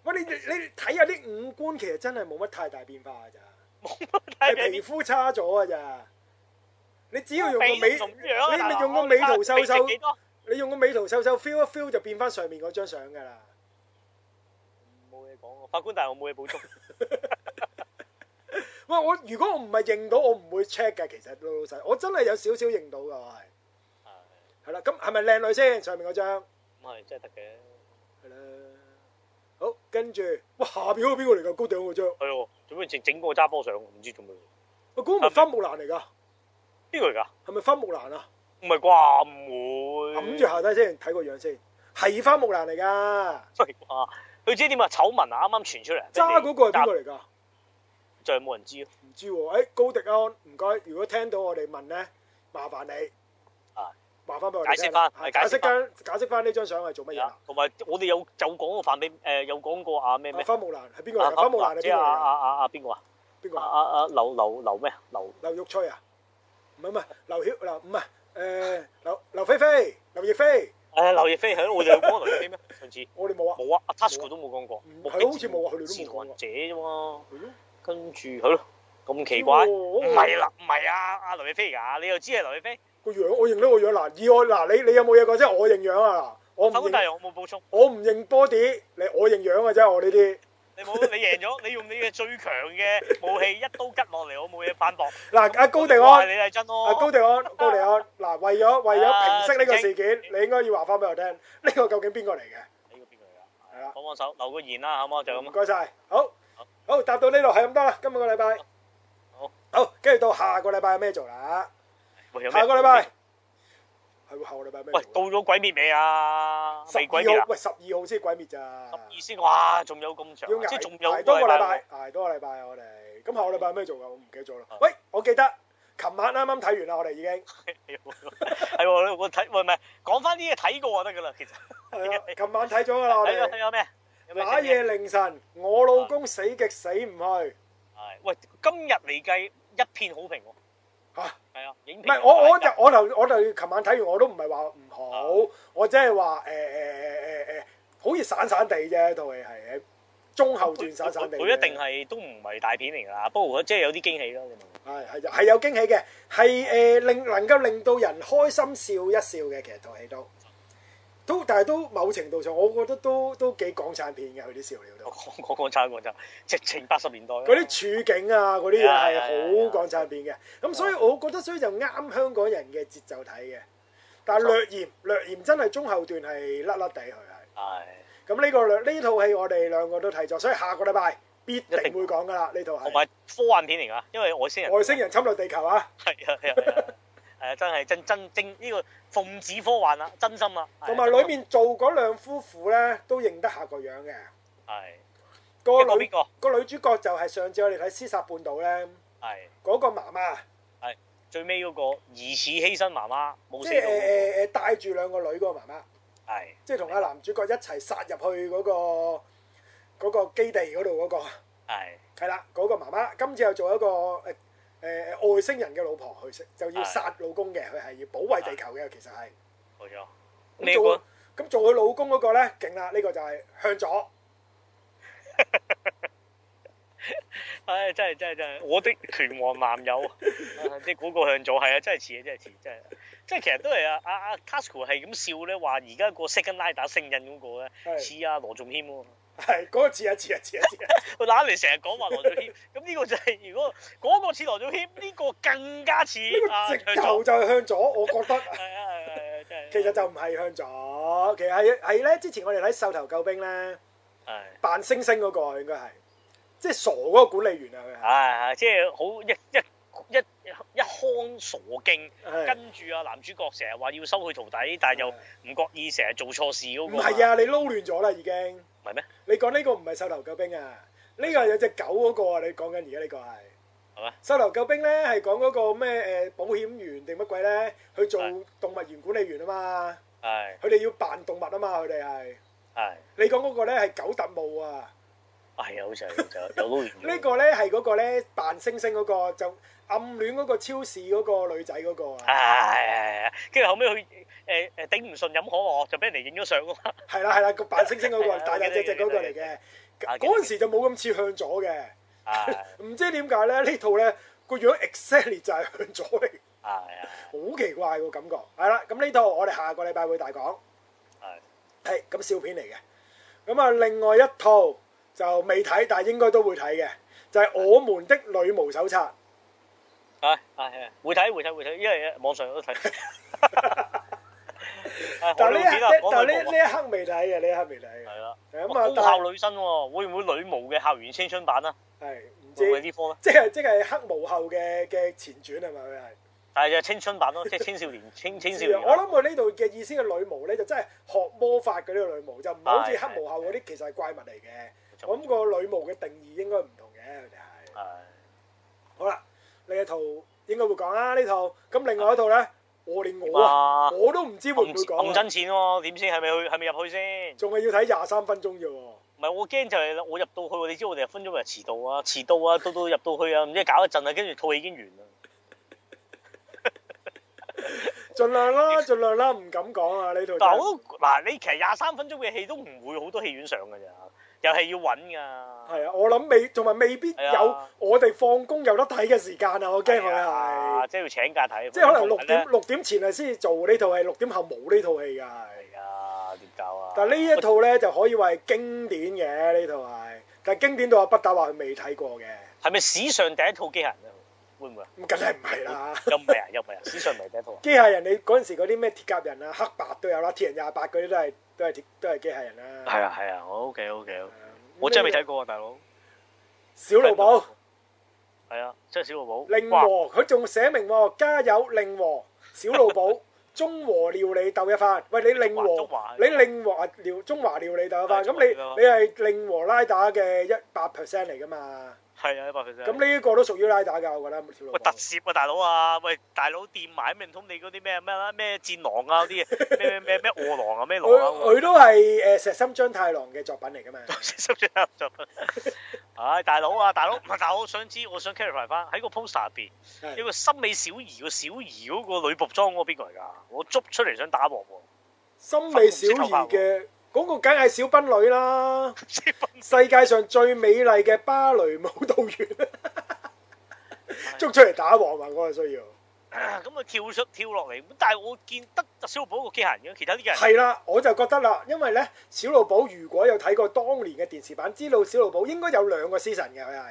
喂，你你睇下啲五官，其實真係冇乜太大變化㗎咋，睇係皮膚差咗㗎咋。你只要用個美美，同樣啊你大佬你用個美圖秀秀你值幾多？你用個美圖秀秀 feel 一 feel 就變翻上面嗰張相㗎啦。冇嘢講，法官大人我冇嘢補充。喂，我如果我唔係認到，我唔會 check 嘅。其實老老實，我真係有少少認到㗎，我係。係啦，咁係咪靚女先？上面嗰張啊咁係真係得嘅，係啦。好，跟住哇，下邊嗰個邊個嚟㗎？高頂嗰張，係喎，做咩整整個揸波上？唔知做咩？我估唔係花木蘭嚟㗎，邊個嚟㗎？係咪花木蘭啊？唔係啩？唔會。揞住下低先，睇個樣先，係花木蘭嚟㗎。係啩？佢知點啊？醜聞啊，啱啱傳出嚟。揸嗰個啊係邊個嚟㗎？就係冇人知咯。唔知喎。誒，高迪安，唔該，如果聽到我哋問咧，麻煩你啊，麻煩俾我哋聽解釋啦返係解解釋釋翻，解釋翻呢張相係做乜嘢係啊啦？同埋我哋有就講過范比誒，有講過啊咩啊咩？花木蘭係邊個嚟啊㗎？花木蘭係即邊係啊個嚟㗎？啊啊啊邊個啊？邊個啊嚟㗎？啊啊劉劉劉咩？劉劉玉翠啊？唔係唔係，劉曉劉唔係誒劉劉菲菲、劉亦菲，誒劉亦菲係咯，我哋有講過劉亦菲 *laughs* 咩？上次我哋冇啊。冇啊，阿 Tasco 都冇講過嗯，目係咯好似冇啊佢哋都冇使徒講過行者啫嘛。係咯跟住係咯，咁奇怪，唔係啦，唔嗯係啊，阿劉亦菲㗎，你又知係啊劉亦菲？個樣我認得個樣嗱，以我嗱你你有冇嘢講啫？我認樣啊，我唔法官大認人我冇補充，我唔認 body，你我認樣嘅啫，我呢啲你冇你贏咗， *laughs* 你用你嘅最強嘅武器一刀吉落嚟，我冇嘢反駁。嗱阿高迪我話安你係真咯，阿高迪安高迪安嗱，為咗為咗平息呢個事件，你應該要話翻俾我聽，呢個究竟邊個嚟嘅？你個邊個嚟㗎？係啦幫幫手留個言啦，好唔好？就唔咁啊。該晒，好好答到呢度係咁多啦，今日個禮拜好好，跟住到下個禮拜有咩做啦？喂有咩下個禮拜係喎，下個禮拜有咩喂做到啊？咗鬼滅未啊？十未鬼二滅號啊？喂，十二號先鬼滅咋？十二先哇，仲有咁長要啊，即係仲有捱捱個多個禮喎拜，捱多個禮拜啊我哋。咁下個禮拜有咩做㗎？我唔記得咗啦。喂，我記得，琴晚啱啱睇完啦，我哋已經。 *laughs* 係喎，我睇喂唔係講翻啲嘢睇過就得㗎啦，其實係啊，琴晚睇咗㗎啦，我睇咗哋。睇咗咩？有咩打正嘢夜凌晨，我老公死極死唔去係喂，今日嚟計一片好評喎，嚇。係啊，影唔評係我我大家就我就我就琴晚睇完我都唔係話唔好，我即係話誒誒誒誒誒，好似散散地啫套戲係中後段散散地啫。佢一定係都唔係大片嚟㗎啦，不過即係有啲驚喜咯，你明唔 *laughs* 明係係係有驚喜嘅，係誒、呃令能夠令到人開心笑一笑嘅，其實套戲都都，但係都某程度上，我覺得都都幾港產片嘅佢啲笑料我都，講講講差講就直情八十年代咯哦嗰啲處境啊，嗰啲嘢係係係係好港產片嘅，咁所以我覺得所以就啱香港人嘅節奏睇嘅，但係略嫌略嫌真係中後段係甩甩地佢係，係咁呢、個兩呢套戲我哋兩個都睇咗，所以下個禮拜必定會講㗎啦，呢套同係埋科幻片嚟㗎，因為外星人外星人侵略地球啊！ *laughs* 係啊係啊係啊，係啊真係真真正呢個奉旨科幻啦，真心啦，係同埋裏面做嗰兩夫婦咧，都認得下個樣嘅。係個一個女邊個個女主角就係上次我哋睇《屍殺半島》咧，係嗰個媽媽，最尾嗰個疑似犧牲媽媽冇即死係到嗰誒誒誒帶住兩個女嗰個媽媽，個，係即係同阿男主角一齊殺入去嗰個嗰個基地嗰度嗰個，係係啦，嗰個媽媽今次又做一個誒誒外星人嘅老婆去食，就要殺老公嘅，佢係要保衞地球嘅，其實係。冇錯。咁咩個做咁做佢老公嗰個咧勁啦，呢個就係向左。唉，真係真係真係，我的拳王男 *laughs* 友，啊即係嗰個向左，係啊，真係似啊，真係似，真係，即係其實都係啊，阿阿 Tasco 係咁笑咧，話而家個 second line 打聖印嗰個咧，係似啊羅仲謙喎，係嗰個似啊似啊似啊似啊！佢揦嚟成日講話羅仲 *laughs* 謙，咁呢個就係如果嗰個似羅仲謙，呢個更加似 *laughs* 啊呢個向直頭左，就係向左，我覺得係啊係啊係啊，真係，其實就唔係向左，其實係係咧。之前我哋睇《獸頭救兵》咧，係扮星星嗰個啊應該係，即係傻嗰個管理員啊佢係係即係好一一一一腔傻勁，係。係跟住啊男主角成日話要收佢徒弟，但係又唔覺意成日做錯事嗰唔個。係，啊，你撈亂咗啦已經。唔係咩？你講呢個唔係瘦頭救兵啊，呢、個係有隻狗嗰個啊！你講緊而家呢個係係咩？瘦頭救兵咧係講嗰個咩誒、呃保險員定乜鬼咧？去做係動物園管理員啊嘛，係佢哋要扮動物啊嘛，佢哋係。係你講嗰個咧係狗特務啊，係啊，好似係就有撈完。呢個咧係嗰個咧扮星星嗰、個就暗戀嗰個超市嗰個女仔嗰個啊，係，跟住後尾佢誒誒頂唔順飲可樂，就俾人哋影咗相啊嘛。係啦係啦，個扮星星嗰、 *laughs* 係個啊大大隻隻嗰個嚟記得嘅，啊記得嗰陣時就冇咁似向左嘅，係唔知點解咧呢 *laughs* 套咧個樣 exactly 就係向左嚟。係啊係好奇怪個感覺，係啦，咁呢套我哋下個禮拜會大講，係係咁笑片嚟嘅。咁啊，另外一套就未睇，但係應該都會睇嘅，就係、我們的女巫手冊》。係係會睇會睇會睇，因為網上有得 *laughs* 睇。但係呢一片啊，一但講係呢女呢巫一刻未睇嘅，呢一刻未睇係嘅。啦。咁啊哇，高但校女生喎，會唔會女巫嘅校園青春版啊？係唔會唔會知呢科咧？即係即係黑無後嘅嘅前傳係咪佢係？但係就青春版咯，即係青少年、青青少年。啊啊我諗佢呢度嘅意思嘅女巫咧，就真係學魔法嗰啲女巫，就唔係好似黑無後嗰啲其實係怪物嚟嘅。我諗個女巫嘅定義應該唔同嘅，佢哋係。係好啦，呢一套應該會講啦，呢套咁另外一套咧，我連我哇，啊，我都唔知會唔會咁講啊，真錢喎，點先係咪去係咪入去先？仲係要睇廿三分鐘啫喎。唔係我驚就係我入到去，你知我哋分鐘咪遲到啊，遲到啊，到到入到去啊，唔知搞一陣啊，跟住套戲已經完啦。盡量啦，盡量啦，唔敢講啊呢套真但我係。都嗱，你其實廿三分鐘嘅戲都唔會好多戲院上㗎咋，又係要揾㗎。係啊，我諗未，同埋未必係有啊我哋放工有得睇嘅時間啊！我驚佢係，啊，即係要請假睇。即係可能六咁點呢六點前係先至做呢套戲，六點後冇呢套戲㗎係。係啊，點搞啊？但呢一套咧就可以話係經典嘅呢套係，但係經典到阿不打話佢未睇過嘅，係咪史上第一套機械人啊？會唔會啊？咁梗係唔係啦。 *laughs* 又唔係啊？又唔係啊？史上唔係第一套啊？機械人你嗰陣時嗰啲咩鐵甲人啊、黑白都有啦，鐵人廿八嗰啲都係都係鐵都係機械人啦。係啊係啊，OK OK，係啊我真係未睇。過啊，大佬。小老寶係啊，真係小露寶。令哇和，佢仲寫明喎，加油令和，小老寶中和料理鬥一番。喂，你令中和華，你令和啊料中華料理鬥一番，係咁中華料理鬥一你番你係令和拉打嘅一百 percent 嚟噶嘛？係啊，一百 percent。咁呢個都屬於拉打㗎，我覺得小老喂寶特。攝啊，大佬啊！喂，大佬掂埋咩？唔通你嗰啲咩咩啦咩戰狼啊嗰啲咩咩咩咩餓狼啊咩狼佢啊？佢都係誒石森章太郎嘅作品 *laughs* 嚟㗎嘛？濕咗濕咗。 *laughs* 唉，大佬啊，大佬，唔係大佬，我想知，我想 clarify 翻喺個 poster 入邊，係有個森美小儀個小儀嗰個女仆裝嗰個邊個嚟㗎？我捉出嚟想打鑊喎。森美小儀嘅嗰個梗係小賓女啦。知分世界上最美麗嘅芭蕾舞蹈員， *laughs* 捉出嚟打王嘛，我係需要。咁啊跳出跳落嚟，咁但係我見得小寶個機械人嘅，其他啲人係啦，我就覺得啦，因為咧，小露寶如果有睇過當年嘅電視版，知道小露寶應該有兩個 season 嘅，佢係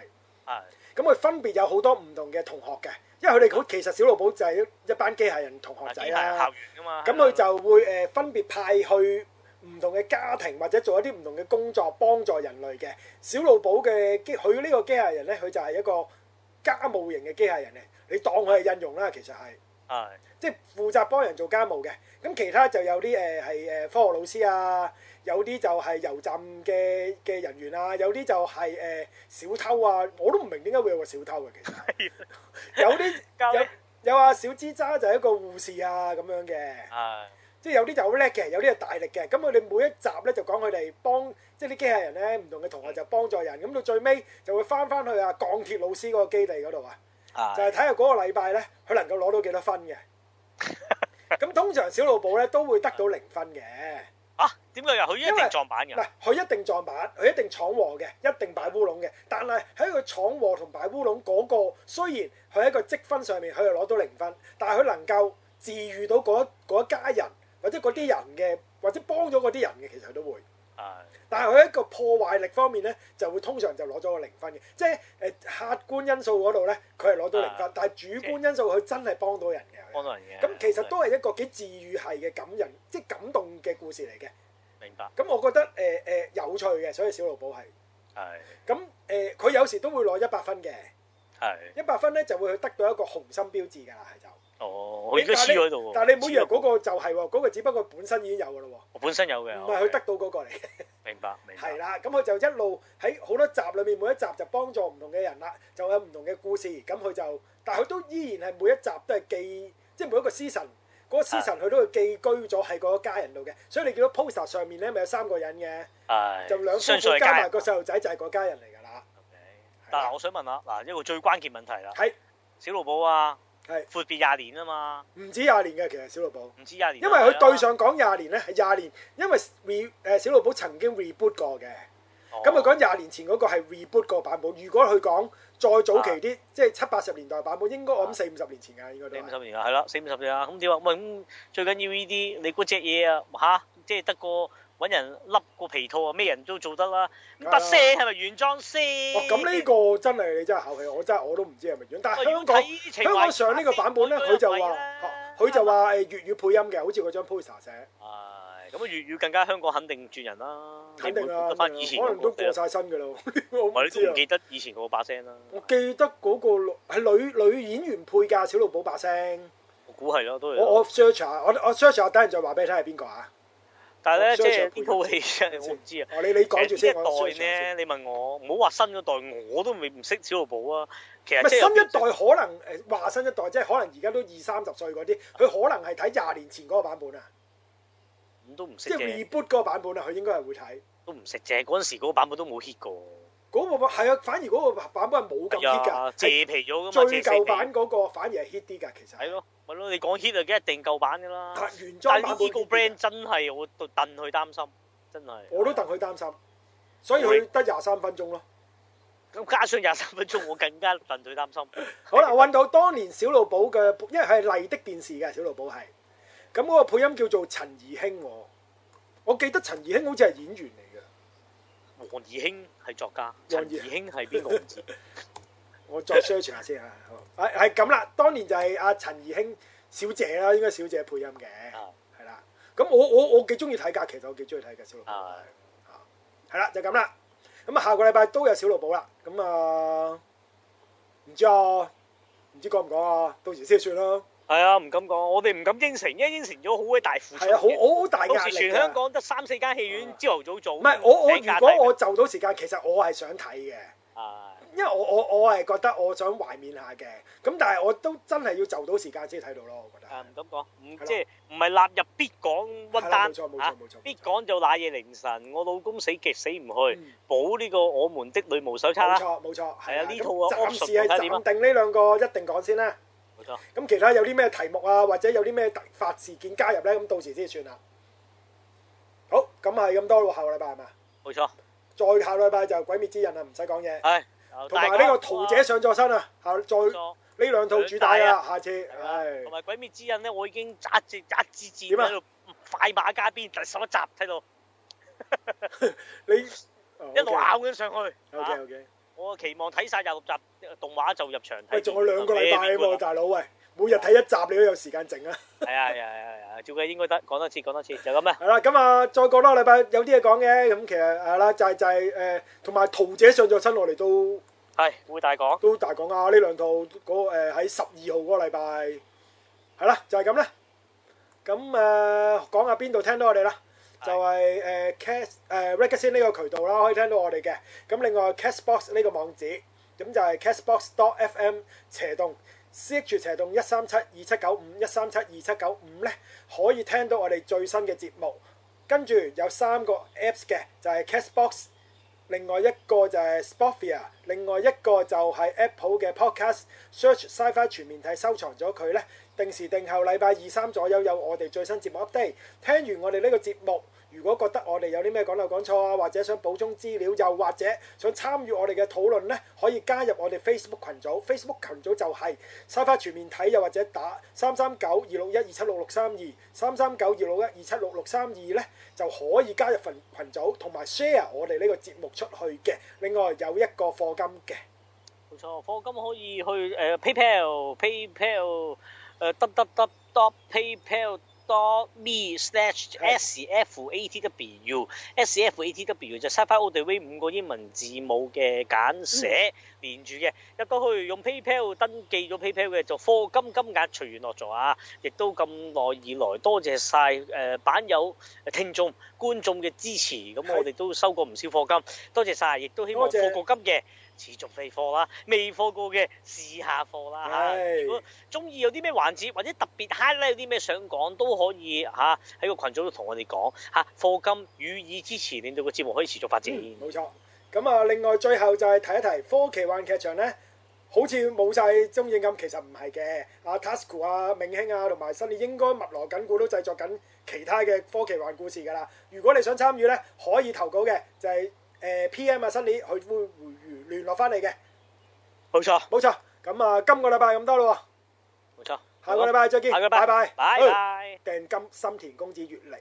係咁佢分別有好多唔同嘅同學嘅，因為佢哋好其實小露寶就係一班機械人同學嗯啊機仔械人啦校。園㗎嘛。咁佢就會誒、呃分別派去唔同嘅家庭或者做一啲唔同嘅工作，幫助人類嘅。小老寶嘅機，佢呢個機械人咧，佢就係一個家務型嘅機械人嚟。你當佢係印用啦，其實係係即係負責幫人做家務嘅。咁其他就有啲誒係誒科學老師啊，有啲就係油站嘅嘅人員啊，有啲就係、誒、小偷啊。我都唔明點解會有個小偷嘅，其實係有啲交有有啊，小枝渣就係一個護士啊咁樣嘅。係即係有啲就好叻嘅，有啲就大力嘅。咁佢哋每一集咧就講佢哋幫，即係啲機械人咧唔同嘅同學就幫助人。咁到最尾就會翻翻去啊鋼鐵老師嗰個基地嗰度啊，就係係睇下嗰個禮拜咧佢能夠攞到幾多分嘅。咁通常小老寶咧都會得到零分嘅，啊？點解㗎？佢一因為定撞板㗎。嗱佢一定撞板，佢一定闖禍嘅，一定擺烏龍嘅。但係喺佢闖禍同擺烏龍嗰個，雖然佢喺個積分上面佢係攞到零分，但係佢能夠治愈到嗰嗰一家人或者嗰啲人嘅，或者幫咗嗰啲人嘅，其實佢都會。係但係佢喺一個破壞力方面咧，就會通常就攞咗個零分嘅，即係誒客觀因素嗰度咧，佢係攞到零分，但係啊主觀因素佢真係幫到人嘅。幫到人嘅。咁其實都係一個幾治愈系嘅感人，即係感動嘅故事嚟嘅。明白，咁我覺得誒誒、呃有趣嘅，所以小盧寶係。係咁誒，佢、有時都會攞一百分嘅，係，一百分咧就會得到一個紅心標誌㗎啦，係就。哦，我而家黐咗喺度喎。但係你唔好以為黐咗喺度嗰個就係喎，嗰、個只不過本身已經有㗎咯我本身有嘅，喎，唔我係佢得到嗰個嚟嘅，明白明白係，啦。咁佢就一路喺好多集裏面，每一集就幫助唔同嘅人啦，就有唔同嘅故事。咁佢就，但係佢都依然係每一集都係寄，即係每一個 season。嗰個啊 season 佢都會寄居咗喺嗰一家人度嘅，所以你見到 poster 上面咧咪有三個人嘅，係就兩夫相信婦係加家埋人個。細路仔就係嗰家人嚟㗎啦。 OK，係但啦係我想問下，嗱一個最關鍵問題啦，係小老寶啊，係闊別廿年啊嘛，唔止廿年嘅，其實小老寶。唔知廿年因啊嘛。為佢對上講廿年咧係廿年，因為 re 誒小老寶曾經 reboot 過嘅，哦，咁佢講廿年前嗰個係 reboot 個版本。如果佢講再早期啲，即係七八十年代版本，應該我諗四五十年前㗎，應該啊四都五係。十年啊，係啦，四五十年啊，咁點啊？喂，咁最緊要呢啲你嗰只嘢啊，吓，即係得個揾人笠個皮套啊，咩人都做得啦。咁梗係啦把聲係咪原裝先？哦，咁呢個真係你真係考起我，真係我都唔知係咪樣。但係喂香港要哦睇情懷香港上呢個版本咧，佢就話啊佢就話誒粵語配音嘅，好似嗰張 poster 寫，唉，咁啊粵語更加香港肯定轉人啦，肯定啦，得可翻以前能嗰個都過晒身㗎啦，我我唔哋知都啊唔。記得以前嗰個把聲啦。我記得嗰個女係女女演員配㗎，小老寶把聲。我估係咯，都係。啊我我 search 下，我我 search 下，等陣再話俾你聽係邊個啊？但係咧，我即係相信呢套戲真係我唔知啊。哦，你你講住其實先，我 search 呢下一先。代咧，你問我，唔好話新嗰代，我都未唔識小露寶啊。其唔實係即係新有一代可能誒話新一代，即係可能而家都二三十歲嗰啲，佢可能係睇廿年前嗰個版本啊，咁都唔識即係啫， reboot 嗰個版本啊，佢應該係會睇。都唔識啫。嗰陣時嗰個版本都冇 hit 過。嗰個版係啊，反而嗰個版本係冇咁 hit 係啊㗎，，係借皮咗噶嘛，最借舊舊版嗰個反而係 hit 啲㗎，其實係。咯，咪咯，你講 hit 啊，梗係定舊版噶啦。但原但裝係版呢本呢 hit 個啲 brand 㗎真係我都戥佢擔心，真係。我都戥佢擔心，所以佢得廿三分鐘咯。咁加上廿三分鐘，我更加戥佢擔心。好啦，我揾到當年小老寶嘅，因為佢係麗的電視嘅小老寶係，咁嗰個配音叫做陳怡興喎，我記得陳怡興好似係演員嚟嘅，黃怡興係作家，黃陳怡怡興係邊個唔知。 *laughs* 我再 search 下先啊，好係係咁啦，當年就係阿陳怡興小姐啦，應該小姐配音嘅，啊係啦，咁我我我幾中意睇㗎，其實我幾中意睇嘅小老寶係啊，係啦，就咁啦，咁啊下個禮拜都有小老寶啦，咁啊唔知啊，唔知講唔講啊，到時先算啦，係啊，唔敢講，我哋唔敢應承，因為應承咗好鬼大付出嘅。係啊，好好好大到壓力時㗎全香港得三四間戲院，朝頭早做。唔係我我請假如果大我就到時間，其實我係想睇嘅，啊因為我我我係覺得我想懷緬下嘅，咁但係我都真係要就到時間先睇到咯，我覺啊得唔。敢講，唔係啦即係唔係納入必講温單係啦冇錯冇錯冇錯必講就那夜凌晨，我老公死極死唔去嗯，補呢個我們的女巫手冊冇啦。錯冇錯，係係啊啦呢咁套啊暫 option 時係睇下點啊暫定呢兩個一定講先啦。冇錯，咁其他有啲咩題目啊，或者有啲咩突發事件加入咧，咁到時先算啦。好，咁係咁多咯，下個禮拜係嘛？冇錯，再下個禮拜就《鬼滅之刃》啦，唔使講嘢。係。同埋呢個桃姐上咗身啊，下再冇呢錯兩套主打啦，下次係啦唉同。埋《鬼滅之刃》咧，我已經揸住揸支箭點啊喺度快馬加鞭，第十一集睇到你 Ờ, 一路咬緊上去。 O 啊 K O K。我期望睇晒廿六集動畫就入場睇。喂，仲有兩個禮拜啊咩喎，邊個大佬喂，每日睇一集你都有時間剩啊！係啊係啊係啊係啊，照計應該得，講多次講多次就咁啦。係啦，咁啊，再過多個禮拜有啲嘢講嘅，咁其實係啦，就係就係誒，同埋桃姐上咗身，我哋都係會大講，都大講啊！呢兩套嗰誒喺十二號嗰個禮拜，係啦，就係咁啦。咁誒講下邊度聽到我哋啦？就係誒 Cast 誒 r e c a s i n 呢個渠道啦，可以聽到我哋嘅。咁另外 Castbox 呢個網址，咁就係 castbox.fm 斜洞 CH 斜洞一三七二七九五一三七二七九五咧，可以聽到我哋最新嘅節目。跟住有三個 Apps 嘅，就係 Castbox。另外一個就係 Spotify，另外一個就係 Apple 嘅 Podcast Search Sci-Fi 全面睇收藏咗佢呢，定時定候禮拜二三左右有我哋最新節目 update。聽完我哋呢個節目，如果覺得我哋有啲咩講漏講錯啊，或者想補充資料，又或者想參與我哋嘅討論呢，可以加入我哋 Facebook 群組。Facebook 群組就係 Sci-Fi 全面睇，又或者打三三九二六一二七六六三二三三九二六一二七六六三二呢。就可以加入群群組，同埋 share 我哋呢個節目出去嘅。另外有一個課金嘅，冇錯，課金可呃以去誒 PayPal PayPal 誒 w w w PayPal dot me slash s f a t w s f a t w 就 Sci-Fi All The Way 五個英文字母嘅簡寫連住嘅，入到去用 PayPal 登記咗 PayPal 嘅就課金金額隨緣落座啊！亦都咁耐以來多謝晒誒版友、呃聽眾、觀眾嘅支持，咁係我哋都收過唔少課金，多謝晒，亦都希望多謝課過金嘅。持續備課啦，未課過嘅試下課啦嚇。係如果中意有啲咩環節或者特別 highlight 有啲咩想講，都可以嚇喺個群組度同我哋講嚇。課金予以支持，令到個節目可以持續發展。冇錯。咁啊，另外最後就係提一提科奇幻劇場咧，好似冇晒蹤影咁，其實唔係嘅。阿 Tasco 啊、明興啊同埋 Sunny 應該密羅緊鼓都製作緊其他嘅科奇幻故事㗎啦。如果你想參與咧，可以投稿嘅，就係、誒 P.M. 啊 Sunny 佢會回聯絡翻你嘅。冇錯，冇錯。咁啊，今個禮拜咁多咯冇錯。喎，下個禮拜再見，下個禮拜拜拜，拜拜。訂金心田公子月嚟。